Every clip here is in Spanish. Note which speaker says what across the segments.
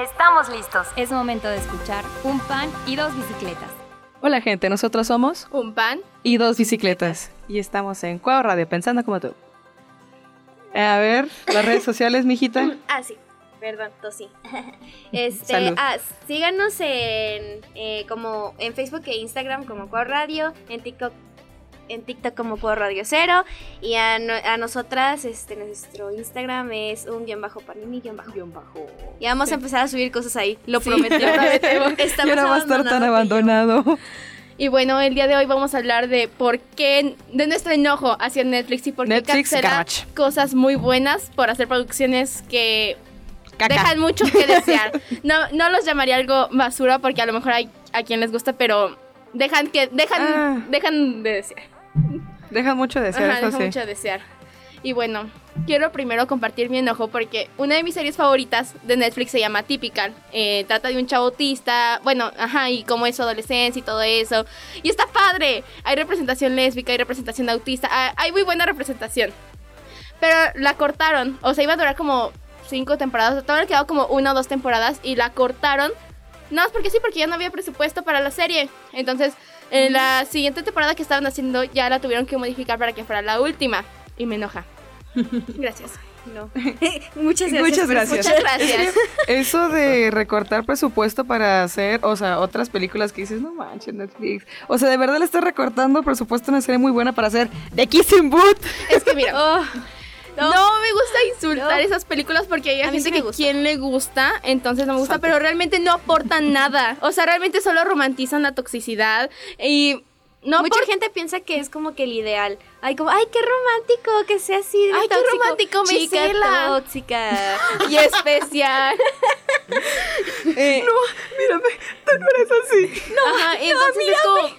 Speaker 1: Estamos listos.
Speaker 2: Es momento de escuchar un pan y dos bicicletas.
Speaker 3: Hola gente, nosotros somos
Speaker 4: Un pan.
Speaker 3: y dos bicicletas y estamos en Cuau Radio pensando como tú. A ver, las redes sociales, mijita.
Speaker 4: Ah, sí. Perdón, tosí. Este,
Speaker 3: Salud.
Speaker 4: ah, síganos en eh, como en Facebook e Instagram como Cuau Radio, en TikTok, en TikTok como Cuau Radio Cero y a, no- a nosotras este nuestro Instagram es un guión bajo panini guión bajo. Ya vamos a empezar a subir cosas ahí, lo prometemos.
Speaker 3: Y
Speaker 4: Estamos
Speaker 3: ahora va a estar tan
Speaker 4: abandonando
Speaker 3: abandonado.
Speaker 5: Y bueno, el día de hoy vamos a hablar de por qué, de nuestro enojo hacia Netflix y por qué
Speaker 3: Netflix,
Speaker 5: cancela
Speaker 3: garbage.
Speaker 5: cosas muy buenas por hacer producciones que
Speaker 3: Caca.
Speaker 5: dejan mucho que desear. No, no los llamaría algo basura porque a lo mejor hay a quien les gusta, pero dejan que dejan
Speaker 3: Ah.
Speaker 5: dejan de desear.
Speaker 3: Dejan mucho de ser,
Speaker 5: Ajá,
Speaker 3: eso
Speaker 5: dejan
Speaker 3: sí.
Speaker 5: mucho de desear. Y bueno, quiero primero compartir mi enojo porque una de mis series favoritas de Netflix se llama Typical. Eh, trata de un chavo autista, bueno, ajá, y cómo es su adolescencia y todo eso. Y está padre. Hay representación lésbica, hay representación autista, ah, hay muy buena representación. Pero la cortaron, o sea, iba a durar como cinco temporadas, o sea, todavía quedado como una o dos temporadas y la cortaron. No, es porque sí, porque ya no había presupuesto para la serie. Entonces, en la siguiente temporada que estaban haciendo ya la tuvieron que modificar para que fuera la última. Y me enoja. Gracias.
Speaker 4: Muchas gracias.
Speaker 3: Muchas gracias.
Speaker 5: Muchas gracias.
Speaker 3: Eso de recortar presupuesto para hacer, o sea, otras películas que dices, no manches, Netflix. O sea, de verdad le está recortando presupuesto a una serie muy buena para hacer The Kissing Boot.
Speaker 5: Es que mira, no, me gusta insultar
Speaker 4: Oh, No.
Speaker 5: esas películas porque hay
Speaker 4: A mí
Speaker 5: gente
Speaker 4: sí me
Speaker 5: que
Speaker 4: gusta.
Speaker 5: quien le gusta, entonces no me gusta, pero realmente no aportan nada. O sea, realmente solo romantizan la toxicidad y no
Speaker 4: Mucha
Speaker 5: por-
Speaker 4: gente piensa que es como que el ideal. Ay, como, ay, qué romántico que sea así. de
Speaker 5: Ay, qué
Speaker 4: tóxico.
Speaker 5: romántico, me
Speaker 4: Chica
Speaker 5: cela.
Speaker 4: tóxica.
Speaker 5: y especial. Eh, Ajá, entonces es como-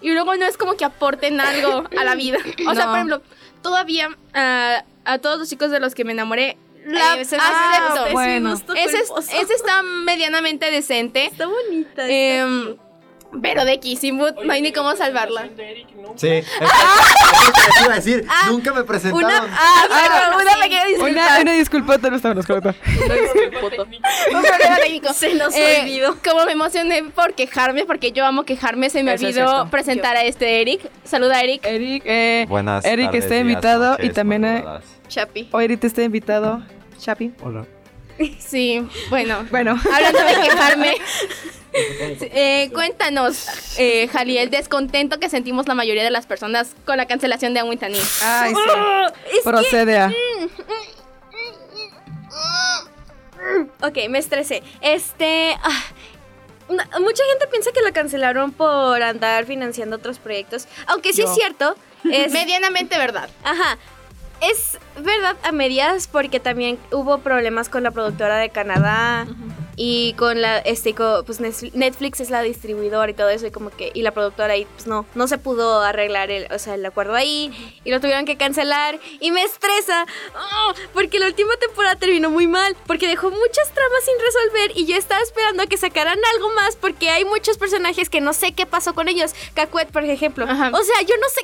Speaker 5: Y luego no es como que aporten algo a la vida. O sea,
Speaker 3: No.
Speaker 5: por ejemplo, todavía ah, a todos los chicos de los que me enamoré, la
Speaker 4: Ay, Eh, ese es-
Speaker 5: acepto.
Speaker 4: ese es
Speaker 3: bueno.
Speaker 4: un gusto
Speaker 5: Ese, es-
Speaker 4: culposo.
Speaker 5: ese está medianamente decente.
Speaker 4: Está bonita.
Speaker 5: em, pero de Kissing Booth no hay ni cómo salvarla.
Speaker 6: Sí. es- es lo que les iba a decir. Nunca me presentaron.
Speaker 4: una, ah,
Speaker 5: Ah,
Speaker 4: pero
Speaker 5: una
Speaker 4: sí.
Speaker 5: pequeña disculpa.
Speaker 3: Una, una disculpa, te lo estaba buscando.
Speaker 5: Un problema técnico.
Speaker 4: Se nos
Speaker 5: Eh,
Speaker 4: olvidó.
Speaker 5: Como me emocioné por quejarme, porque yo amo quejarme, se me
Speaker 3: Eso es
Speaker 5: olvidó
Speaker 3: cierto.
Speaker 5: presentar a este Eric. Saluda a Eric.
Speaker 3: Eric, eh,
Speaker 7: Buenas
Speaker 3: Eric
Speaker 7: tardes,
Speaker 3: está
Speaker 7: días,
Speaker 3: invitado y
Speaker 7: noches,
Speaker 3: también eh,
Speaker 7: madrugadas.
Speaker 5: Chapi.
Speaker 3: hoy Eric está invitado, Chapi.
Speaker 8: Hola.
Speaker 5: Sí, bueno.
Speaker 3: Bueno,
Speaker 5: Hablando de quejarme, eh, cuéntanos, eh, Jali, el descontento que sentimos la mayoría de las personas con la cancelación de Aguintaní.
Speaker 3: ay, sí. procede a.
Speaker 4: Ok, me estresé. Este. ah, na- mucha gente piensa que la cancelaron por andar financiando otros proyectos. Aunque sí
Speaker 3: Yo.
Speaker 4: es cierto. Es,
Speaker 5: Medianamente verdad.
Speaker 4: Ajá. Es verdad a medias porque también hubo problemas con la productora de Canadá y con la este co- pues Nes- Netflix es la distribuidora y todo eso y como que y la productora y pues no no se pudo arreglar el, o sea, el acuerdo ahí y lo tuvieron que cancelar y me estresa ¡Oh! porque la última temporada terminó muy mal porque dejó muchas tramas sin resolver y yo estaba esperando a que sacaran algo más porque hay muchos personajes que no sé qué pasó con ellos Cacuet por ejemplo
Speaker 5: Ajá.
Speaker 4: o sea yo no sé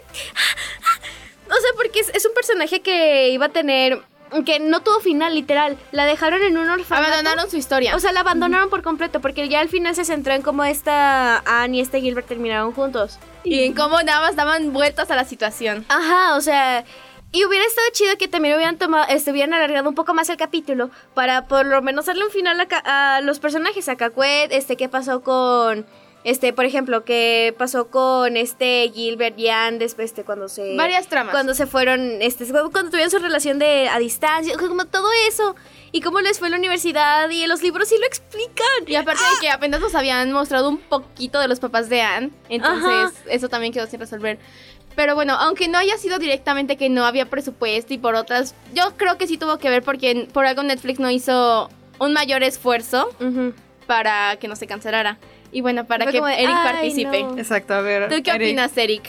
Speaker 4: o sea, porque es, es un personaje que iba a tener. Que no tuvo final, literal. La dejaron en un orfanato.
Speaker 5: Abandonaron su historia.
Speaker 4: O sea, la abandonaron por completo. Porque ya al final se centró en cómo esta Anne y este Gilbert terminaron juntos.
Speaker 5: y en cómo nada más daban vueltas a la situación.
Speaker 4: Ajá, o sea. Y hubiera estado chido que también hubieran tomado, este, hubieran alargado un poco más el capítulo para por lo menos darle un final a, ca- a los personajes, a Cacuet, este, qué pasó con, este, por ejemplo, qué pasó con este Gilbert y Anne después, este, cuando se...
Speaker 5: Varias tramas.
Speaker 4: Cuando se fueron, este, cuando tuvieron su relación de a distancia, como todo eso. Y cómo les fue en la universidad y en los libros sí lo explican.
Speaker 5: y aparte de que
Speaker 4: ¡Ah!
Speaker 5: apenas nos habían mostrado un poquito de los papás de Anne, entonces eso también quedó sin resolver. Pero bueno, aunque no haya sido directamente que no había presupuesto y por otras, yo creo que sí tuvo que ver porque por algo Netflix no hizo un mayor esfuerzo
Speaker 4: Ujú.
Speaker 5: para que no se cancelara. Y bueno, para
Speaker 4: Fue
Speaker 5: que
Speaker 4: como de,
Speaker 5: Eric
Speaker 4: "Ay,
Speaker 5: participe.
Speaker 4: no".
Speaker 3: Exacto, a ver.
Speaker 5: ¿Tú qué
Speaker 3: Eric.
Speaker 5: opinas, Eric?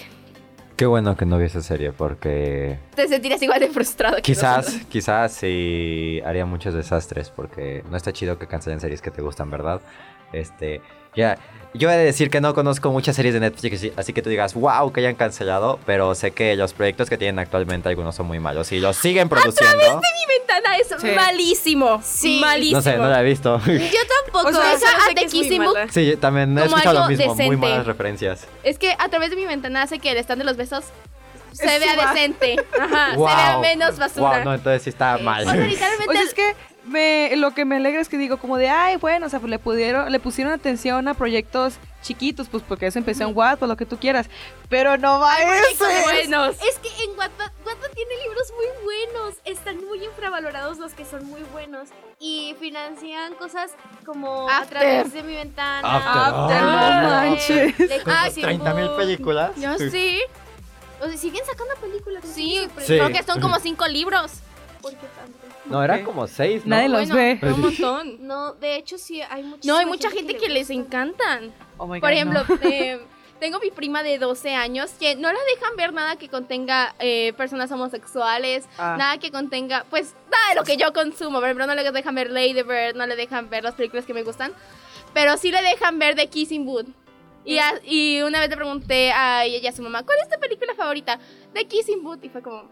Speaker 1: Qué bueno que no vi esa serie porque
Speaker 5: Te sentirías igual de frustrado. que
Speaker 1: quizás,
Speaker 5: nosotros.
Speaker 1: quizás sí haría muchos desastres porque no está chido que cancelen series que te gustan, ¿verdad? Este, ya, yo he de decir que no conozco muchas series de Netflix, así- así que tú digas, wow, que hayan cancelado, pero sé que los proyectos que tienen actualmente algunos son muy malos y los
Speaker 5: Ah,
Speaker 1: siguen produciendo.
Speaker 5: Mi ventana es
Speaker 3: Sí.
Speaker 5: malísimo.
Speaker 4: Sí.
Speaker 5: Malísimo.
Speaker 1: No sé, no la he visto.
Speaker 5: Yo tampoco.
Speaker 3: O sea,
Speaker 5: Esa
Speaker 4: solo sé
Speaker 5: a The
Speaker 4: que es muy
Speaker 5: Kissing Booth-
Speaker 4: mala.
Speaker 1: Sí, yo también he
Speaker 5: Como
Speaker 1: escuchado lo
Speaker 5: algo
Speaker 1: mismo, muy
Speaker 5: decente.
Speaker 1: malas referencias.
Speaker 5: Es que a través de mi ventana hace que el stand de los besos se
Speaker 3: Es
Speaker 5: vea
Speaker 3: guau.
Speaker 5: decente. Ajá,
Speaker 1: Wow.
Speaker 5: se vea menos basura.
Speaker 1: Wow, no, entonces sí está mal.
Speaker 5: O sea, literalmente
Speaker 3: O sea, Pues es que me- lo que me alegra es que digo como de, ay, bueno, o sea, pues le, pudieron, le pusieron atención a proyectos chiquitos, pues porque eso empezó en Wattpad, lo que tú quieras. Pero no va eso.
Speaker 5: buenos.
Speaker 4: Es que en Wattpad, Wattpad tiene libros muy buenos, están muy infravalorados los que son muy buenos y financian cosas como
Speaker 5: After.
Speaker 4: a través de mi ventana.
Speaker 1: After.
Speaker 4: eh,
Speaker 3: Ah, no manches.
Speaker 4: de Kissing
Speaker 1: mil
Speaker 4: Booth.
Speaker 1: películas.
Speaker 5: Yo sí.
Speaker 4: O sea, siguen sacando películas. no sé
Speaker 5: Sí,
Speaker 1: Sí.
Speaker 5: creo que son como cinco libros.
Speaker 4: ¿Por qué tanto?
Speaker 1: No, eran como seis, ¿no?
Speaker 3: Nadie los
Speaker 5: Bueno,
Speaker 3: ve.
Speaker 5: Un montón.
Speaker 4: No, de hecho sí hay mucha
Speaker 5: No, hay mucha gente que les encantan.
Speaker 3: Oh my God,
Speaker 5: Por
Speaker 3: no.
Speaker 5: ejemplo, eh, tengo mi prima de 12 años que no la dejan ver nada que contenga eh, personas homosexuales,
Speaker 3: Ah.
Speaker 5: nada que contenga, pues nada de lo que yo consumo. Por ejemplo, no le dejan ver Lady Bird, no le dejan ver las películas que me gustan, pero sí le dejan ver The Kissing Booth. Y, a- y una vez le pregunté a ella y a su mamá, ¿cuál es tu película favorita? The Kissing Booth. Y fue como,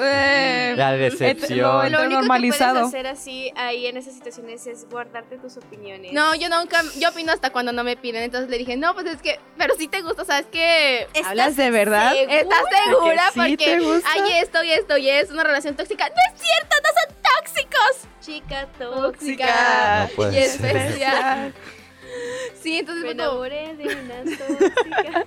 Speaker 3: Eh,
Speaker 1: La decepción.
Speaker 3: Lo
Speaker 4: lo
Speaker 3: único
Speaker 4: único
Speaker 3: que normalizado.
Speaker 4: que
Speaker 3: puedes
Speaker 4: puedes hacer así ahí en esas situaciones es guardarte tus opiniones.
Speaker 5: no, yo nunca, yo opino hasta cuando no me piden. Entonces le dije, no, pues es que, pero sí te gusta, ¿sabes qué?
Speaker 3: ¿Hablas de verdad? Eh,
Speaker 5: ¿Estás segura?
Speaker 3: ¿De que sí te
Speaker 5: Porque
Speaker 3: gusta?
Speaker 5: hay esto y esto y es una relación tóxica. ¡No es cierto! ¡No son tóxicos!
Speaker 4: Chica
Speaker 3: tóxica.
Speaker 4: tóxica.
Speaker 1: No puede
Speaker 5: y es
Speaker 1: ser.
Speaker 5: especial. Sí, entonces
Speaker 4: Me
Speaker 5: fue como,
Speaker 4: enamoré de una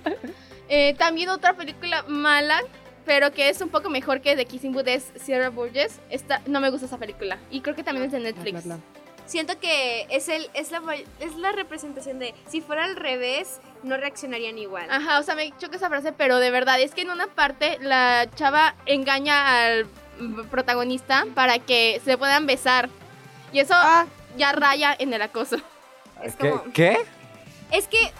Speaker 4: tóxica.
Speaker 5: eh, también otra película mala, pero que es un poco mejor que The Kissing Booth es Sierra Burgess. Esta, no me gusta esa película. Y creo que también es de Netflix.
Speaker 3: Bla, bla,
Speaker 4: Siento que es, el, es, la, may- es la representación de si fuera al revés, no reaccionarían igual.
Speaker 5: Ajá, o sea, me choca esa frase, pero de verdad es que en una parte la chava engaña al mm, protagonista para que se puedan besar. Y eso
Speaker 3: Ah,
Speaker 5: ya raya en el acoso.
Speaker 4: Es
Speaker 1: ¿Qué?
Speaker 4: como.
Speaker 1: ¿Qué?
Speaker 4: Es que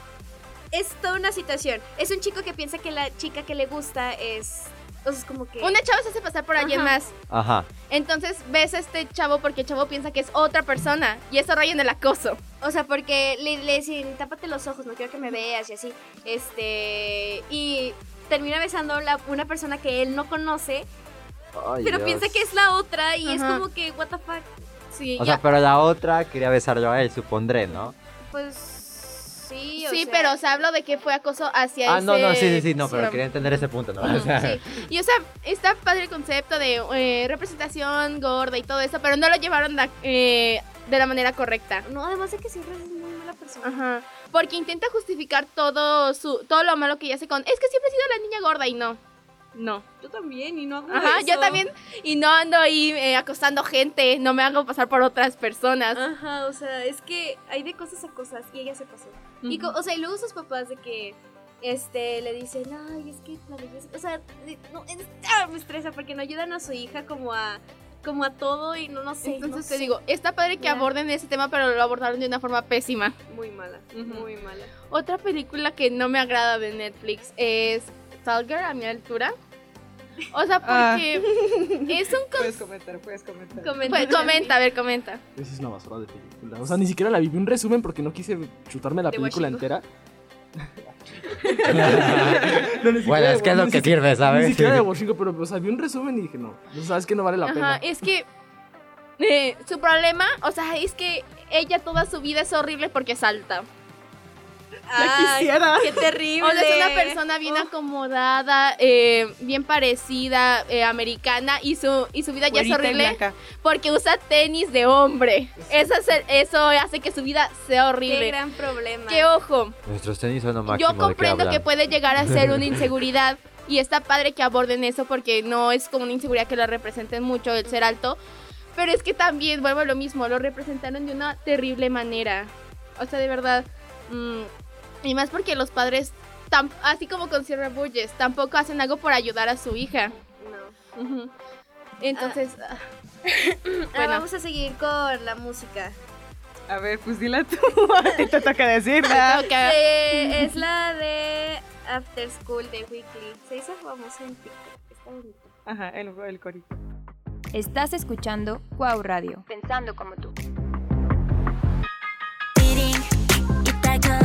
Speaker 4: es toda una situación. Es un chico que piensa que la chica que le gusta es. O sea, es como que.
Speaker 5: Una chava se hace pasar por alguien
Speaker 4: Ajá.
Speaker 5: más.
Speaker 1: Ajá.
Speaker 5: Entonces ves a este chavo porque el chavo piensa que es otra persona. Y eso raya en el acoso.
Speaker 4: O sea, porque le, le dicen, tápate los ojos, no quiero que me veas y así. Este. Y termina besando a la- una persona que él no conoce, pero piensa que es la otra y es
Speaker 5: Ajá.
Speaker 4: como que, what the fuck.
Speaker 5: Sí,
Speaker 1: O
Speaker 5: ya-
Speaker 1: sea, pero la otra quería besarlo a él, supondré, ¿no?
Speaker 4: Pues. Sí, o
Speaker 5: sí
Speaker 4: sea,
Speaker 5: pero o sea, hablo de que fue acoso hacia
Speaker 1: Ah, no, no, sí, sí,
Speaker 5: ese-
Speaker 1: sí, no, pero quería entender ese punto, ¿no? O sea,
Speaker 5: Sí. Y o sea, está padre el concepto de eh, representación gorda y todo eso, pero no lo llevaron la- eh, de la manera correcta.
Speaker 4: No, además de que siempre es muy mala persona.
Speaker 5: Ajá. Porque intenta justificar todo su todo lo malo que ella hace con. Es que siempre he sido la niña gorda y no. No.
Speaker 4: Yo también, y no hago
Speaker 5: Ajá, yo
Speaker 4: eso.
Speaker 5: también. Y no ando ahí eh, acosando gente. No me hago pasar por otras personas.
Speaker 4: Ajá, o sea, es que hay de cosas a cosas y ella se pasó. Y co- o sea, y luego sus papás de que este le dicen, "Ay, es que la belleza", o sea, de- no, es- ah, me estresa porque no ayudan a su hija como a como a todo y no no sé,
Speaker 5: Entonces
Speaker 4: no
Speaker 5: te
Speaker 4: sé.
Speaker 5: digo, está padre que
Speaker 4: Ya.
Speaker 5: aborden ese tema, pero lo abordaron de una forma pésima.
Speaker 4: muy mala, muy mala.
Speaker 5: Otra película que no me agrada de Netflix es Salger a mi altura. O sea,
Speaker 3: Ah.
Speaker 5: porque es un...
Speaker 3: Puedes comentar, puedes comentar.
Speaker 4: Comenta.
Speaker 5: pues, comenta, a ver, comenta.
Speaker 7: Esa es una basura de película. O sea, ni siquiera la vi. Vi un resumen porque no quise chutarme la
Speaker 4: De
Speaker 7: película
Speaker 4: Washington.
Speaker 7: entera. No, ni siquiera
Speaker 1: Bueno,
Speaker 7: de-
Speaker 1: es que es lo
Speaker 7: ni
Speaker 1: que
Speaker 7: siquiera-
Speaker 1: sirve,
Speaker 7: Ni
Speaker 1: ¿sabes?
Speaker 7: siquiera de Washington, pero o sea, vi un resumen y dije, no, o sea, sabes que no vale la
Speaker 5: Ajá,
Speaker 7: pena.
Speaker 5: es que eh, su problema, o sea, es que ella toda su vida es horrible porque salta.
Speaker 3: quisiera.
Speaker 4: qué terrible.
Speaker 5: O sea, es una persona
Speaker 4: Oh.
Speaker 5: bien acomodada, eh, bien parecida, eh, americana, y su, y su vida ya es
Speaker 3: Güerita y
Speaker 5: horrible
Speaker 3: blanca.
Speaker 5: porque usa tenis de hombre. Eso, hace- eso hace que su vida sea
Speaker 4: Qué
Speaker 5: horrible.
Speaker 4: gran problema.
Speaker 5: Que ojo,
Speaker 1: Nuestros tenis son lo máximo
Speaker 5: yo comprendo
Speaker 1: de
Speaker 5: que puede llegar a ser una inseguridad y está padre que aborden eso porque no es como una inseguridad que la representen mucho el ser alto, pero es que también vuelvo a lo mismo, lo representaron de una terrible manera. O sea, de verdad. mm, y más porque los padres, tam- así como con Sierra Burgess, tampoco hacen algo por ayudar a su hija.
Speaker 4: No.
Speaker 5: Ujú. Entonces, ah,
Speaker 4: Ahora
Speaker 5: Bueno.
Speaker 4: Ah, vamos a seguir con la música.
Speaker 5: Ah.
Speaker 3: A ver, pues dila tú. A ti te toca decirla.
Speaker 5: tengo que-
Speaker 4: Eh, es la de After School de Weekly. Se hizo famoso en TikTok. Está bonito.
Speaker 3: Ajá, el, el corito.
Speaker 2: Estás escuchando Wow Radio.
Speaker 8: pensando como tú.
Speaker 9: 리딩 이따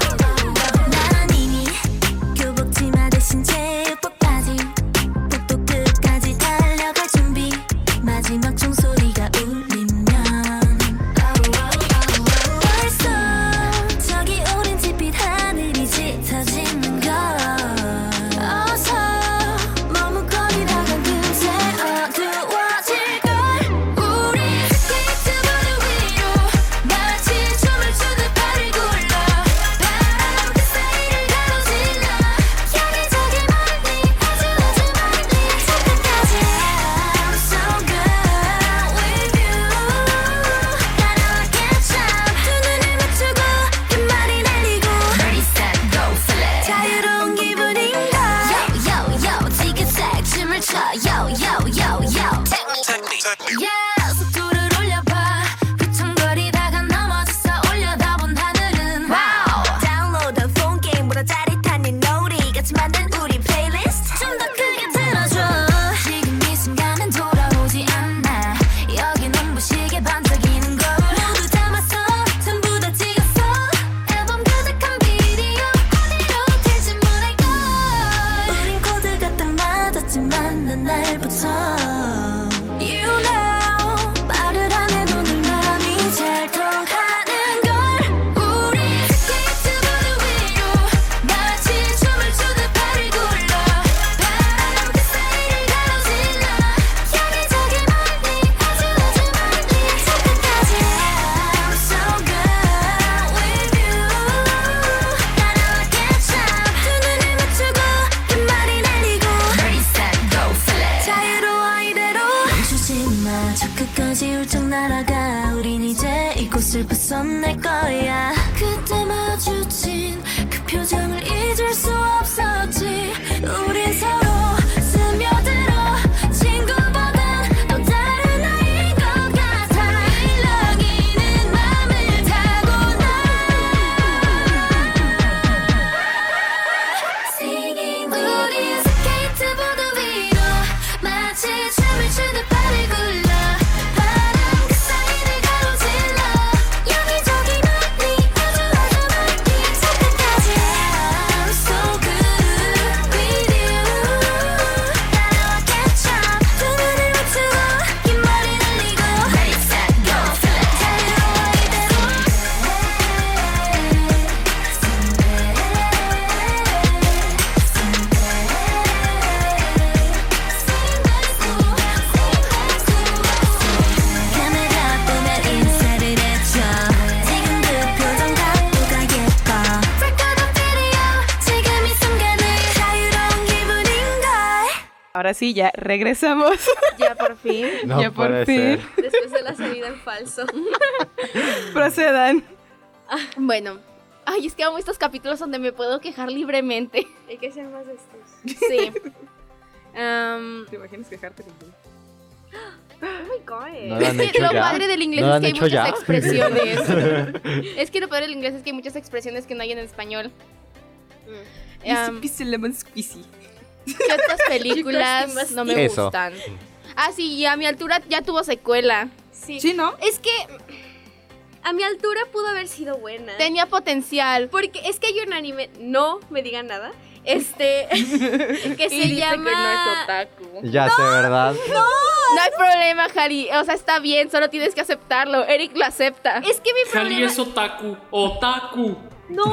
Speaker 9: 걸난 이미 교복 치마 대신 제복 바지 복도 끝까지 달려갈 준비 마지막 종소리가 울리면 벌써 저기 오렌지빛 하늘이 짙어지는 걸 어서 머뭇거리다간 금세 어두워질걸 우리 스케이트보드 위로 마치 춤을 추듯 발을 굴러 바람 그 사이를 가로질러 향해 저기 멀리 아주 아주 멀리 저끝까지 I'm so good with you 따라왔겠죠 두 눈을 맞추고 끝말이 내리고 Ready set go flip 자유로운 기분인가 Yo yo yo 지그색 춤을 춰 Yo yo yo yo Take me Yeah 속도를 올려봐 휘청거리다가 넘어졌어 올려다본 하늘은 Wow 다운로드 폰 게임보다 짜릿한 이 노래 같이 만든 우리 플레이리스트 좀 더 크게 틀어줘 지금 이 순간은 돌아오지 않아 여기 눈부시게 반짝이는 걸 모두 담았어 전부 다 찍었어 앨범 가득한 비디오 어디로 튈지 모를걸 우린 코드가 딱 맞았지만 난 날부터 You know 말을 안 해도 늘 마음이 잘 통하는 걸 우리 스케이트보드 위로 마치 춤을 추듯 발을 굴러 바람 그 사이를 가로질러 향해 저기 멀리 아주 아주 멀리 저 끝까지 I'm so good with you 따라왔겠죠 두 눈을 맞추고 끝말이 내리고 Ready set go flip 자유로워 이대로 멈추지마 저 끝까지 훌쩍 날아가 우린 이제 이곳을 벗어날 거야 그때 마주친 그 표정을 잊을 수 없었지 우린 서로 스며들어 친구보단 더 다른 아이인 것 같아 일렁이는 맘을 타고나 우리 스케이트보드 위로 마치 춤을 추듯 발을 굴러 바람 그 사이를 가로질러 여기저기 멀리 아주 아주 멀리 저 끝까지 I'm so good with you 따라왔겠죠 두 눈을 맞추고 긴 머리 날리고 Ready, set, go, flip 자유로워 이대로 카메라 보면 인사를 해줘 지금 그 표정 각도가 예뻐 Record on video 지금 이 순간을 자유로운 기분인걸
Speaker 3: Ahora sí, ya regresamos.
Speaker 4: Ya por fin.
Speaker 1: No
Speaker 3: Ya por
Speaker 1: puede
Speaker 3: fin.
Speaker 1: ser.
Speaker 4: Después de la salida en falso.
Speaker 3: Procedan.
Speaker 5: Bueno. Ay, es que amo estos capítulos donde me puedo quejar libremente.
Speaker 4: Hay que hacer más de estos.
Speaker 5: Sí. Am,
Speaker 3: ¿Te imaginas quejarte? Lili?
Speaker 4: Oh my god.
Speaker 1: No lo han hecho
Speaker 5: lo
Speaker 1: ya.
Speaker 5: padre del inglés
Speaker 1: ¿No lo
Speaker 5: es que hay
Speaker 1: han hecho
Speaker 5: muchas
Speaker 1: ya?
Speaker 5: expresiones. es que lo padre del inglés es que hay muchas expresiones que no hay en español. Am,
Speaker 3: Squeezy lemon squeezy.
Speaker 5: ¿Qué otras películas no me
Speaker 1: Eso.
Speaker 5: gustan? Ah, sí, y a mi altura ya tuvo secuela.
Speaker 4: Sí.
Speaker 3: Sí, ¿no?
Speaker 4: Es que a mi altura pudo haber sido buena.
Speaker 5: Tenía potencial.
Speaker 4: Porque es que hay un anime, no me digan nada, este, que se llama...
Speaker 5: otaku.
Speaker 1: Ya sé, ¿verdad?
Speaker 5: No hay problema, Jari. O sea, está bien, solo tienes que aceptarlo. Eric lo acepta.
Speaker 4: es que mi
Speaker 10: Jali
Speaker 4: problema...
Speaker 10: es otaku. Otaku.
Speaker 4: No,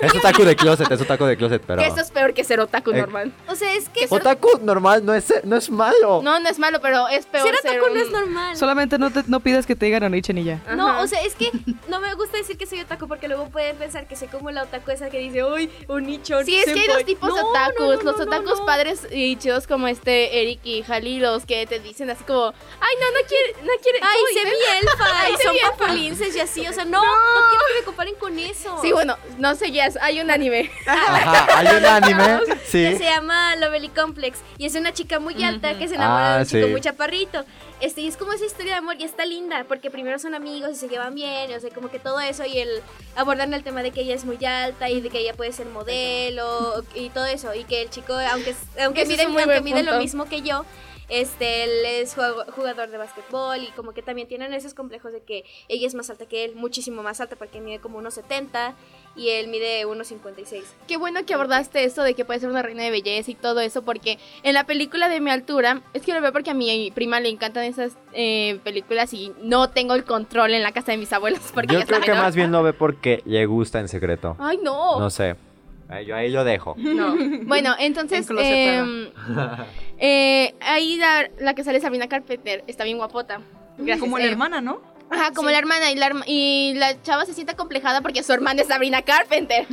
Speaker 1: Es otaku de closet, es otaku de closet, pero...
Speaker 5: Que eso es peor que ser otaku
Speaker 1: Eh,
Speaker 5: normal.
Speaker 4: es- o sea, es que ser,
Speaker 1: Otaku normal no es, no es malo.
Speaker 5: No, no es malo, pero es peor
Speaker 4: ser
Speaker 5: ser,
Speaker 4: otaku no
Speaker 5: un-
Speaker 4: es normal.
Speaker 3: Solamente no, te- no pidas que te digan Onichi ni ya.
Speaker 4: No,
Speaker 5: Ajá.
Speaker 4: o sea, es que no me gusta decir que soy otaku porque luego pueden pensar que soy como la otaku esa que dice, uy, un nicho.
Speaker 5: Sí, es que hay dos tipos de otakus. los otakus
Speaker 4: padres
Speaker 5: padres y chidos como este Eric y Jali, los que te dicen así como, ay, no, no quiere, no quiere.
Speaker 4: Ay,
Speaker 5: ¿cómo
Speaker 4: se
Speaker 5: dicen?
Speaker 4: mi elfa,
Speaker 5: Ay,
Speaker 4: y
Speaker 5: sé
Speaker 4: son
Speaker 5: mi elfa.
Speaker 4: papulinces y así, o sea, no, no, quiero que me comparen con eso.
Speaker 5: Sí, bueno, No seguías, hay un anime.
Speaker 1: Ajá, hay un anime.
Speaker 4: que
Speaker 1: Sí.
Speaker 4: se llama Lovely Complex y es una chica muy alta que se enamora de
Speaker 1: Ah,
Speaker 4: un chico
Speaker 1: sí.
Speaker 4: muy chaparrito. Este, y es como esa historia de amor y está linda porque primero son amigos y se llevan bien, o sea, como que todo eso y el abordan el tema de que ella es muy alta y de que ella puede ser modelo y todo eso y que el chico aunque aunque
Speaker 5: Ese es
Speaker 4: mide,
Speaker 5: un muy
Speaker 4: aunque
Speaker 5: buen
Speaker 4: mide lo
Speaker 5: punto.
Speaker 4: mismo que yo este, él es jugo- jugador de básquetbol y como que también tienen esos complejos de que ella es más alta que él, muchísimo más alta porque mide como unos 70 y él mide unos 56.
Speaker 5: Qué bueno que abordaste esto de que puede ser una reina de belleza y todo eso, porque en la película de mi altura, es que lo veo porque a mi prima le encantan esas eh, películas y no tengo el control en la casa de mis abuelos. Porque
Speaker 1: Yo
Speaker 5: ya
Speaker 1: creo
Speaker 5: saben,
Speaker 1: que
Speaker 5: ¿no?
Speaker 1: más bien lo ve porque le gusta en secreto.
Speaker 5: Ay, no.
Speaker 1: No sé. Ahí- Yo ahí lo dejo.
Speaker 5: Bueno, entonces.
Speaker 3: En closet,
Speaker 5: em, eh, ahí la, la que sale Sabrina Carpenter está bien guapota. Gracias,
Speaker 3: Como
Speaker 5: eh,
Speaker 3: la hermana, ¿no?
Speaker 5: Ajá, como la hermana. Y la, herma- y la chava se siente complejada porque su hermana es Sabrina Carpenter.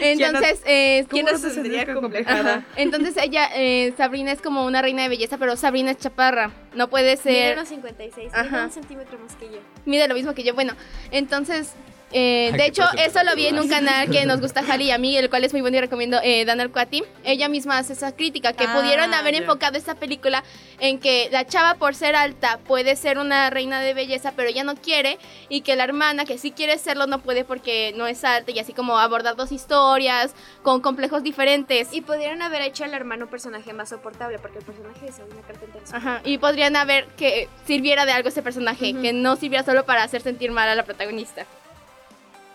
Speaker 5: Entonces, eh,
Speaker 3: ¿Cómo
Speaker 5: ¿quién nos-
Speaker 3: no se sentiría
Speaker 5: Ajá.
Speaker 3: complejada?
Speaker 5: Entonces ella, eh, Sabrina es como una reina de belleza, pero Sabrina es chaparra. No puede
Speaker 4: Mide
Speaker 5: ser.
Speaker 4: unos 56,
Speaker 5: Ajá.
Speaker 4: mide un centímetro más que yo.
Speaker 5: Mide lo mismo que yo. Bueno, entonces. eh,
Speaker 1: Ay,
Speaker 5: de
Speaker 1: qué
Speaker 5: hecho,
Speaker 1: presunto.
Speaker 5: eso lo vi en un canal que nos gusta Jali y a mí, el cual es muy bueno y recomiendo eh, Dan Alcuati. Ella misma hace esa crítica, que
Speaker 3: Ah,
Speaker 5: pudieron haber
Speaker 3: ya.
Speaker 5: enfocado esta película en que la chava por ser alta puede ser una reina de belleza, pero ella no quiere, y que la hermana que sí quiere serlo no puede porque no es alta, y así como abordar dos historias con complejos diferentes.
Speaker 4: Y pudieron haber hecho al hermano un personaje más soportable, porque el personaje es una carpintera. es-
Speaker 5: Ajá, y podrían haber que sirviera de algo ese personaje,
Speaker 4: Ujú.
Speaker 5: que no sirviera solo para hacer sentir mal a la protagonista. Ah.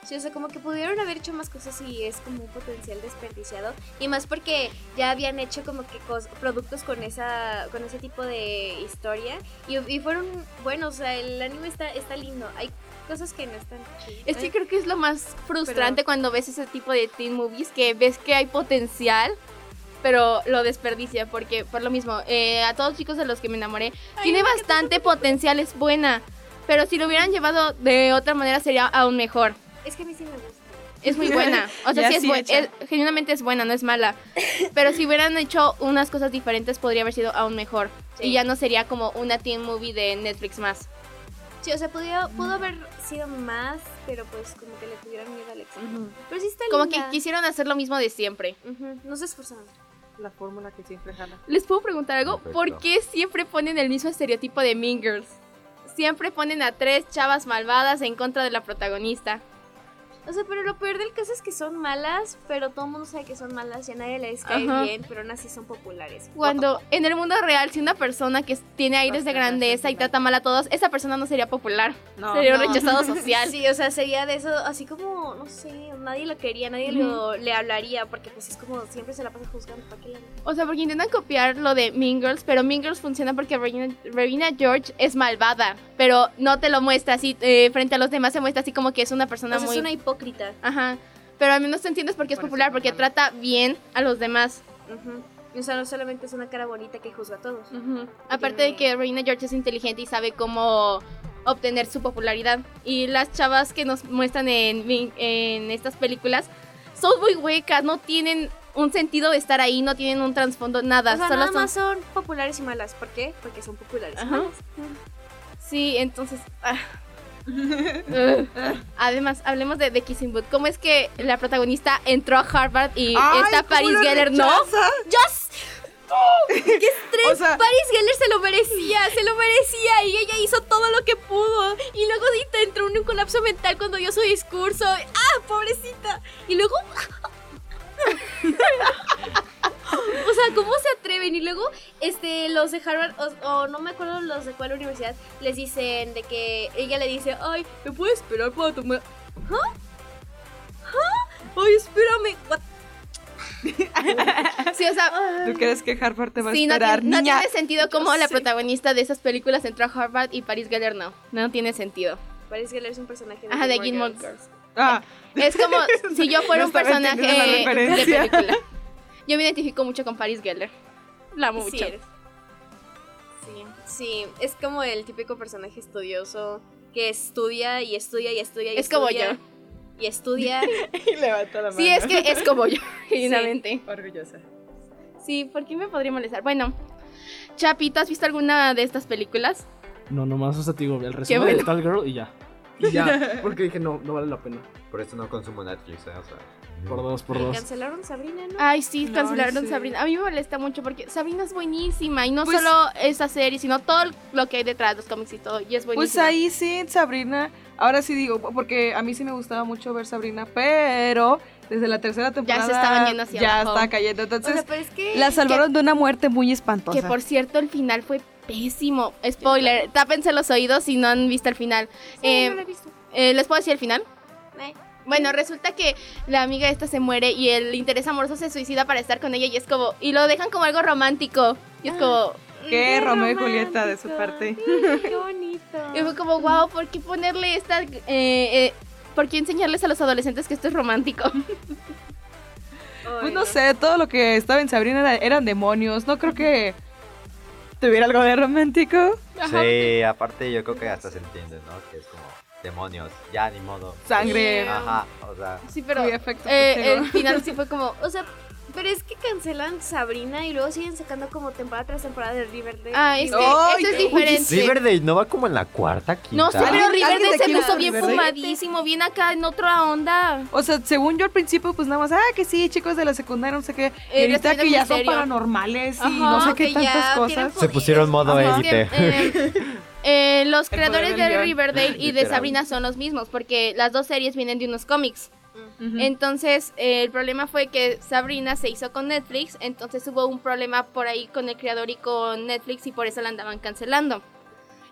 Speaker 4: Sí, o sea, como que pudieron haber hecho más cosas y es como un potencial desperdiciado. Y más porque ya habían hecho como que cos- productos con esa con ese tipo de historia. Y, y fueron buenos, o sea, el anime está, está lindo. Hay cosas que no están chidas.
Speaker 5: Es que creo que es lo más frustrante cuando ves ese tipo de teen movies, que ves que hay potencial, pero lo desperdicia, porque por lo mismo, eh, a todos chicos de los que me enamoré, tiene bastante potencial, es buena, pero si lo hubieran llevado de otra manera sería aún mejor.
Speaker 4: Es que a mí sí me gusta.
Speaker 5: Es muy buena. O sea,
Speaker 3: Ya
Speaker 5: sí es
Speaker 3: sí,
Speaker 5: buena.
Speaker 3: hecha.
Speaker 5: Genuinamente es buena, no es mala. Pero si hubieran hecho unas cosas diferentes, podría haber sido aún mejor.
Speaker 4: Sí.
Speaker 5: Y ya no sería como una teen movie de Netflix más.
Speaker 4: Sí, o sea, pudo, pudo haber sido más, pero pues como que le tuvieron miedo al éxito. Pero sí está
Speaker 5: Como que
Speaker 4: linda.
Speaker 5: quisieron hacer lo mismo de siempre.
Speaker 4: Ujú, No se esforzaron.
Speaker 3: La fórmula que siempre jala.
Speaker 5: ¿Les puedo preguntar algo? ¿Por
Speaker 1: Perfecto.
Speaker 5: qué siempre ponen el mismo estereotipo de Mean Girls? Siempre ponen a tres chavas malvadas en contra de la protagonista.
Speaker 4: O sea, pero lo peor del caso es que son malas, pero todo el mundo sabe que son malas y a nadie les cae
Speaker 5: Ajá.
Speaker 4: bien, pero aún así son populares.
Speaker 5: Cuando en el mundo real, si una persona que tiene aires de
Speaker 3: Bastante,
Speaker 5: grandeza y
Speaker 3: bastante.
Speaker 5: trata mal a todos, esa persona no sería popular.
Speaker 3: No.
Speaker 5: sería un
Speaker 4: no.
Speaker 5: rechazado social.
Speaker 4: Sí, o sea, sería de eso, así como, no sé, nadie lo quería, nadie lo, le hablaría, porque pues es como siempre se la pasa juzgando. ¿para qué la-
Speaker 5: O sea, porque intentan copiar lo de Mean Girls, pero Mean Girls funciona porque Regina, Regina George es malvada, pero no te lo muestra así, eh, frente a los demás se muestra así como que es una persona
Speaker 4: o sea,
Speaker 5: muy...
Speaker 4: es una hipócrita.
Speaker 5: Ajá, pero al menos te entiendes porque es
Speaker 3: Por eso
Speaker 5: popular,
Speaker 3: es
Speaker 5: porque
Speaker 3: popular.
Speaker 5: trata bien a los demás.
Speaker 4: Ujú. O sea, no solamente es una cara bonita que juzga a todos.
Speaker 5: Aparte de que Regina George es inteligente y sabe cómo obtener su popularidad. Y las chavas que nos muestran en, Mean- en estas películas son muy huecas, no tienen un sentido de estar ahí, no tienen un trasfondo, nada.
Speaker 4: O sea,
Speaker 5: solo
Speaker 4: nada
Speaker 5: son-
Speaker 4: más son populares y malas. ¿Por qué? Porque son populares y
Speaker 5: Ajá.
Speaker 4: malas.
Speaker 5: Sí, entonces. ah. Ugh. Además, hablemos de, de Kissing Booth. ¿Cómo es que la protagonista entró a Harvard y está Paris Geller? No,
Speaker 3: O sea,
Speaker 4: Paris Geller se lo merecía, se lo merecía y ella hizo todo lo que pudo. Y luego Dita entró en un colapso mental cuando dio su discurso. ¡Ah, pobrecita! Y luego... o sea, ¿cómo se atreven? Y luego este, los de Harvard, o, o no me acuerdo los de cuál universidad, les dicen de que ella le dice, ay, ¿me puedes esperar para tomar? ¿Huh? ¿Huh? Ay, espérame. What?
Speaker 5: sí, o sea.
Speaker 3: ¿tú crees que Harvard te va
Speaker 5: sí,
Speaker 3: a
Speaker 5: no,
Speaker 3: esperar,
Speaker 5: tiene, no
Speaker 3: niña?
Speaker 5: tiene sentido cómo
Speaker 3: Yo
Speaker 5: la
Speaker 3: sé.
Speaker 5: protagonista de esas películas entró a Harvard y Paris Geller no. No tiene sentido.
Speaker 4: Paris Geller es un personaje de
Speaker 5: Ajá, de Gilmore
Speaker 4: Gilmore Girls.
Speaker 5: Girls.
Speaker 3: Ah,
Speaker 5: Es como si yo fuera
Speaker 3: No
Speaker 5: un
Speaker 3: estaba
Speaker 5: personaje
Speaker 3: entendiendo la
Speaker 5: de
Speaker 3: referencia.
Speaker 5: película. Yo me identifico mucho con Paris Geller. La amo mucho.
Speaker 4: Sí eres. Sí, sí, es como el típico personaje estudioso que estudia y estudia y estudia y
Speaker 5: Es como
Speaker 4: estudia,
Speaker 5: yo.
Speaker 4: Y estudia.
Speaker 3: y levanta la mano.
Speaker 5: Sí, es que es como yo, genuinamente.
Speaker 3: Orgullosa.
Speaker 5: Sí, ¿por qué me podría molestar? Bueno, Chapito, ¿has visto alguna de estas películas?
Speaker 7: No, nomás, o sea, te digo, el resumen
Speaker 5: bueno.
Speaker 7: de Tal Girl y ya. Y ya, porque dije, no, no vale la pena.
Speaker 1: Por eso no consumo Netflix, ¿eh? O sea,
Speaker 7: Por dos, por
Speaker 4: Y
Speaker 7: dos.
Speaker 4: cancelaron Sabrina, ¿no?
Speaker 5: Ay, sí,
Speaker 3: No,
Speaker 5: cancelaron
Speaker 3: sí.
Speaker 5: Sabrina. A mí me molesta mucho porque Sabrina es buenísima y no
Speaker 3: Pues-
Speaker 5: solo esa serie, sino todo lo que hay detrás, los cómics y todo. Y es
Speaker 3: Pues
Speaker 5: buenísima.
Speaker 3: ahí sí, Sabrina. Ahora sí digo, porque a mí sí me gustaba mucho ver Sabrina, pero desde la tercera temporada
Speaker 5: estaban yendo hacia
Speaker 3: ya
Speaker 5: abajo.
Speaker 3: está cayendo. Entonces,
Speaker 4: O sea, pero es que.
Speaker 3: la salvaron de una muerte muy espantosa.
Speaker 5: que por cierto, el final fue pésimo. Spoiler, tápense los oídos si no han visto el final.
Speaker 4: Sí,
Speaker 5: Eh,
Speaker 4: no la he visto.
Speaker 5: eh, ¿Les puedo decir el final?
Speaker 4: Eh.
Speaker 5: Bueno, resulta que la amiga esta se muere y el interés amoroso se suicida para estar con ella y es como... Y lo dejan como algo romántico. Y es como...
Speaker 3: Qué
Speaker 4: Mm,
Speaker 3: Romeo y Julieta de su parte.
Speaker 4: romántico. Sí, Qué bonito.
Speaker 5: Y fue
Speaker 3: Ah.
Speaker 5: como, wow, ¿por qué ponerle esta... eh, eh, ¿Por qué enseñarles a los adolescentes que esto es romántico?
Speaker 3: Pues no sé, todo lo que estaba en Sabrina era- eran demonios. No creo que tuviera algo de romántico.
Speaker 1: Sí, aparte yo creo que hasta se entiende, ¿no? Que es como demonios, ya ni modo.
Speaker 3: Sangre. ah,
Speaker 1: Ajá, o sea,
Speaker 5: Sí, pero
Speaker 3: Muy afecto
Speaker 5: eh,
Speaker 3: contigo.
Speaker 5: el final sí fue como...
Speaker 4: O sea, pero es que cancelan Sabrina y luego siguen sacando como temporada tras temporada de Riverdale.
Speaker 5: Ah, es que
Speaker 3: Ay,
Speaker 5: eso es
Speaker 3: qué-
Speaker 5: diferente.
Speaker 1: Riverdale no va como en la cuarta, quinta.
Speaker 5: No sé, pero
Speaker 3: ¿Alguien- alguien de
Speaker 5: Riverdale se
Speaker 3: aquí
Speaker 5: puso
Speaker 3: vio
Speaker 5: bien
Speaker 3: Riverdale?
Speaker 5: fumadísimo, bien acá en otra onda.
Speaker 3: O sea, según yo al principio, pues nada más, ah, que sí, chicos de la secundaria, no sé qué. Y
Speaker 5: Eh,
Speaker 3: ahorita
Speaker 5: respira
Speaker 3: que ya
Speaker 5: con
Speaker 3: son
Speaker 5: serio.
Speaker 3: paranormales y
Speaker 5: Ajá,
Speaker 3: no sé qué
Speaker 4: que ya
Speaker 3: tantas
Speaker 4: tienen
Speaker 3: cosas.
Speaker 1: Se pusieron modo
Speaker 3: Ajá.
Speaker 1: élite.
Speaker 5: Eh, eh, los
Speaker 3: El
Speaker 5: creadores
Speaker 3: poder del
Speaker 5: de
Speaker 3: guión.
Speaker 5: Riverdale y de
Speaker 1: Literal.
Speaker 5: Sabrina son los mismos, porque las dos series vienen de unos cómics.
Speaker 3: Ujú.
Speaker 5: Entonces, eh, el problema fue que Sabrina se hizo con Netflix, entonces hubo un problema por ahí con el creador y con Netflix y por eso la andaban cancelando.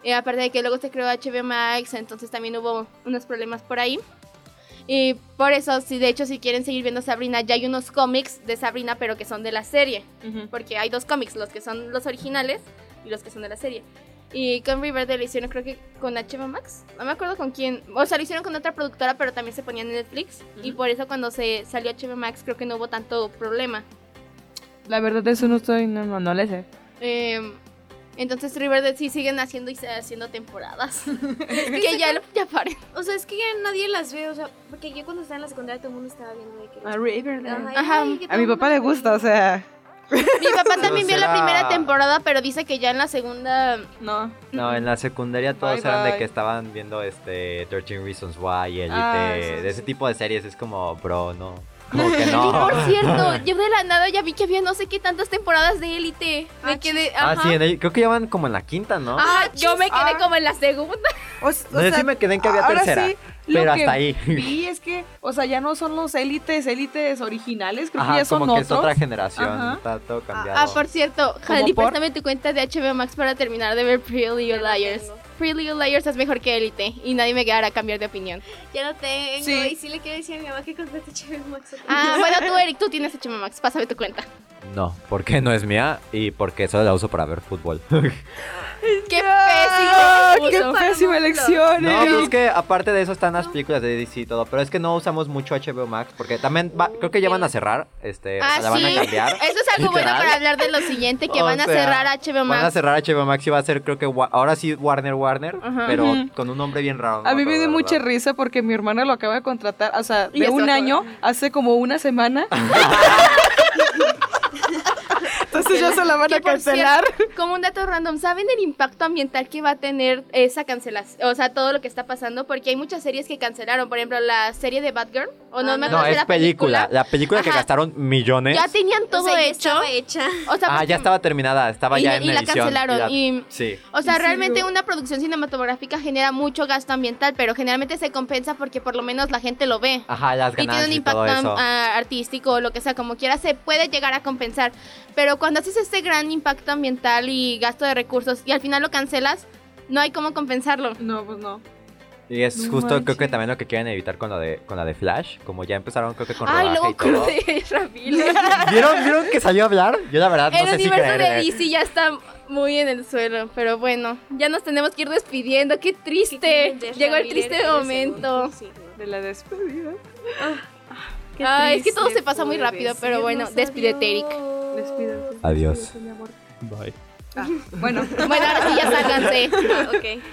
Speaker 5: Eh, aparte de que luego se creó HBO Max, entonces también hubo unos problemas por ahí. Y por eso, si de hecho si quieren seguir viendo Sabrina, ya hay unos cómics de Sabrina, pero que son de la serie
Speaker 3: Ujú.
Speaker 5: porque hay dos cómics, los que son los originales y los que son de la serie. Y con Riverdale lo hicieron creo que con HBO Max, no me acuerdo con quién, o sea, lo hicieron con otra productora, pero también se ponían en Netflix y por eso cuando se salió HBO Max creo que no hubo tanto problema.
Speaker 3: La verdad, eso no estoy, no, no, no le sé.
Speaker 5: Eh, entonces Riverdale sí siguen haciendo y se- haciendo temporadas. que ya, lo- ya paren.
Speaker 4: O sea, es que ya nadie las ve, o sea, porque yo cuando estaba en la secundaria todo el mundo estaba viendo de que...
Speaker 3: A
Speaker 9: eh.
Speaker 3: Riverdale.
Speaker 4: Ay,
Speaker 5: Ah. Ajá.
Speaker 4: ay, que todo
Speaker 3: A mi
Speaker 4: el mundo
Speaker 3: papá le
Speaker 4: la
Speaker 3: gusta,
Speaker 4: veía.
Speaker 3: o sea,
Speaker 5: Mi papá también vio la
Speaker 1: será-
Speaker 5: primera temporada, pero dice que ya en la segunda...
Speaker 3: no.
Speaker 1: No, en la secundaria todos
Speaker 3: Bye,
Speaker 1: eran de
Speaker 3: bye.
Speaker 1: que estaban viendo este 13 Reasons Why, Elite,
Speaker 3: Ah, sí,
Speaker 1: de ese tipo de series es como, bro, no. Como que no.
Speaker 5: Y por cierto, yo de la nada ya vi que había no sé qué tantas temporadas de élite. Me quedé...
Speaker 1: Ah,
Speaker 5: ajá.
Speaker 1: sí, en el- creo que ya van como en la quinta, ¿no?
Speaker 5: Ah, yo me quedé
Speaker 3: Ah.
Speaker 5: como en la segunda.
Speaker 3: O, s- o
Speaker 1: no, yo
Speaker 3: sea,
Speaker 1: sí me quedé en que había
Speaker 3: ahora
Speaker 1: tercera,
Speaker 3: sí, lo
Speaker 1: pero
Speaker 3: que
Speaker 1: hasta ahí.
Speaker 3: vi es que, o sea, ya no son los élites, élites originales, creo que
Speaker 1: Ajá,
Speaker 3: ya son
Speaker 1: como que es
Speaker 3: otros.
Speaker 1: otra generación,
Speaker 3: Ajá.
Speaker 1: está todo cambiado.
Speaker 5: Ah, por cierto, Jali,
Speaker 3: por?
Speaker 5: préstame tu cuenta de HBO Max para terminar de ver Pretty Little Liars. Pretty Little Liars es mejor que Elite y nadie me hará cambiar de opinión.
Speaker 4: Ya no tengo,
Speaker 3: Sí.
Speaker 4: y sí le quiero decir a mi mamá que contrate HBO Max. otra
Speaker 5: Ah,
Speaker 4: vez.
Speaker 5: bueno, tú, Eric, tú tienes HBO Max, pásame tu cuenta.
Speaker 1: No, porque no es mía y porque solo la uso para ver fútbol.
Speaker 5: ¡Qué
Speaker 3: Ah,
Speaker 5: pésimo!
Speaker 3: ¡Qué
Speaker 5: uso.
Speaker 3: pésima elección! eh!
Speaker 1: No,
Speaker 3: Eric.
Speaker 1: pero es que aparte de eso están las películas de DC y todo, pero es que no usamos mucho HBO Max porque también va- creo que ya van a cerrar, este, o
Speaker 5: Ah,
Speaker 1: sea, la van
Speaker 5: sí.
Speaker 1: a cambiar.
Speaker 5: Eso es algo bueno
Speaker 1: Literal.
Speaker 5: para hablar de lo siguiente, que
Speaker 1: O
Speaker 5: van a
Speaker 1: sea,
Speaker 5: cerrar HBO Max.
Speaker 1: Van a cerrar HBO Max y va a ser, creo que Wa- ahora sí Warner Warner,
Speaker 5: Ajá.
Speaker 1: pero
Speaker 3: Ujú.
Speaker 1: con un nombre bien raro.
Speaker 3: A mí me dio
Speaker 1: dio
Speaker 3: mucha risa porque mi hermana lo acaba de contratar, o sea,
Speaker 5: Y ya
Speaker 3: de
Speaker 5: se
Speaker 3: un
Speaker 5: va a
Speaker 3: año, hace como una semana. Entonces ya se la van
Speaker 5: Que,
Speaker 3: a
Speaker 5: por
Speaker 3: cancelar.
Speaker 5: cierto, como un dato random, ¿saben el impacto ambiental que va a tener esa cancelación? O sea, todo lo que está pasando, porque hay muchas series que cancelaron. Por ejemplo, la serie de Batgirl, o no,
Speaker 4: Ah,
Speaker 5: me acuerdo
Speaker 4: no.
Speaker 1: No,
Speaker 5: si
Speaker 1: es
Speaker 5: era
Speaker 1: película. La película que
Speaker 5: Ajá.
Speaker 1: gastaron millones.
Speaker 5: Ya tenían todo
Speaker 4: O sea, ya
Speaker 5: hecho.
Speaker 4: estaba hecha.
Speaker 5: O sea,
Speaker 1: ah,
Speaker 5: pues,
Speaker 1: ya estaba terminada, estaba
Speaker 5: y,
Speaker 1: ya
Speaker 5: y
Speaker 1: en
Speaker 5: la
Speaker 1: edición.
Speaker 5: cancelaron.
Speaker 1: ya-
Speaker 5: y-
Speaker 1: Sí.
Speaker 5: o sea,
Speaker 3: ¿En
Speaker 5: realmente
Speaker 3: serio?
Speaker 5: una producción cinematográfica genera mucho gasto ambiental, pero generalmente se compensa porque por lo menos la gente lo ve.
Speaker 1: Ajá, las
Speaker 5: y tiene
Speaker 1: ganancias
Speaker 5: un
Speaker 1: y,
Speaker 5: impacto
Speaker 1: todo eso.
Speaker 5: ah, artístico o lo que sea, como quiera, se puede llegar a compensar. Pero cuando haces este gran impacto ambiental y gasto de recursos y al final lo cancelas, no hay cómo compensarlo.
Speaker 3: No, pues no.
Speaker 1: y es
Speaker 3: No
Speaker 1: justo creo que
Speaker 3: manches.
Speaker 1: también lo que quieren evitar con la de con la de Flash, como ya empezaron creo que con
Speaker 5: Ay,
Speaker 1: rodaje
Speaker 5: luego
Speaker 1: y todo.
Speaker 5: de Ravil.
Speaker 1: ¿Vieron, ¿Vieron que salió a hablar? Yo la verdad no
Speaker 5: El
Speaker 1: sé si
Speaker 5: universo
Speaker 1: creer.
Speaker 5: de
Speaker 1: eh.
Speaker 5: DC ya está muy en el suelo, pero bueno, ya nos tenemos que ir despidiendo. ¡Qué triste! Llegó el triste momento.
Speaker 3: De la despedida.
Speaker 5: Ay, es que todo se pasa muy rápido, pero bueno, despídete, Eric.
Speaker 3: Despido.
Speaker 1: Adiós.
Speaker 3: Mi amor.
Speaker 1: Bye.
Speaker 3: Bueno,
Speaker 5: Bueno, ahora sí, ya sálganse.
Speaker 4: Ok.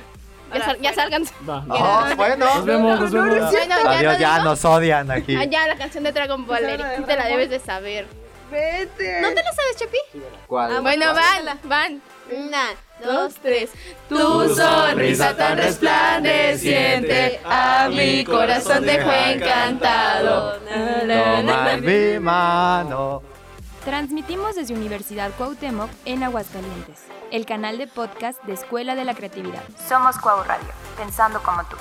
Speaker 5: Ya, sal- ya sálganse.
Speaker 7: Va.
Speaker 1: Oh, bueno.
Speaker 7: Nos vemos, nos vemos.
Speaker 5: Bueno, ya
Speaker 1: Adiós,
Speaker 5: nos
Speaker 1: ya
Speaker 5: vemos.
Speaker 1: nos odian aquí.
Speaker 5: Ah, ya, la canción de Dragon Ball,
Speaker 3: Pues ahora
Speaker 5: Eric,
Speaker 3: de
Speaker 5: tú te la
Speaker 3: Dragon
Speaker 5: debes de saber.
Speaker 3: vete.
Speaker 5: ¿No te la sabes, Chepi?
Speaker 1: ¿Cuál?
Speaker 5: bueno, van, van.
Speaker 4: Una, dos, tres.
Speaker 5: Tu sonrisa tan resplandeciente a mi corazón dejó encantado. Na, na, na,
Speaker 1: Tomar
Speaker 5: na.
Speaker 1: mi mano.
Speaker 9: Transmitimos desde Universidad Cuauhtémoc en Aguascalientes, el canal de podcast de Escuela de la Creatividad. Somos Cuau Radio, pensando como tú.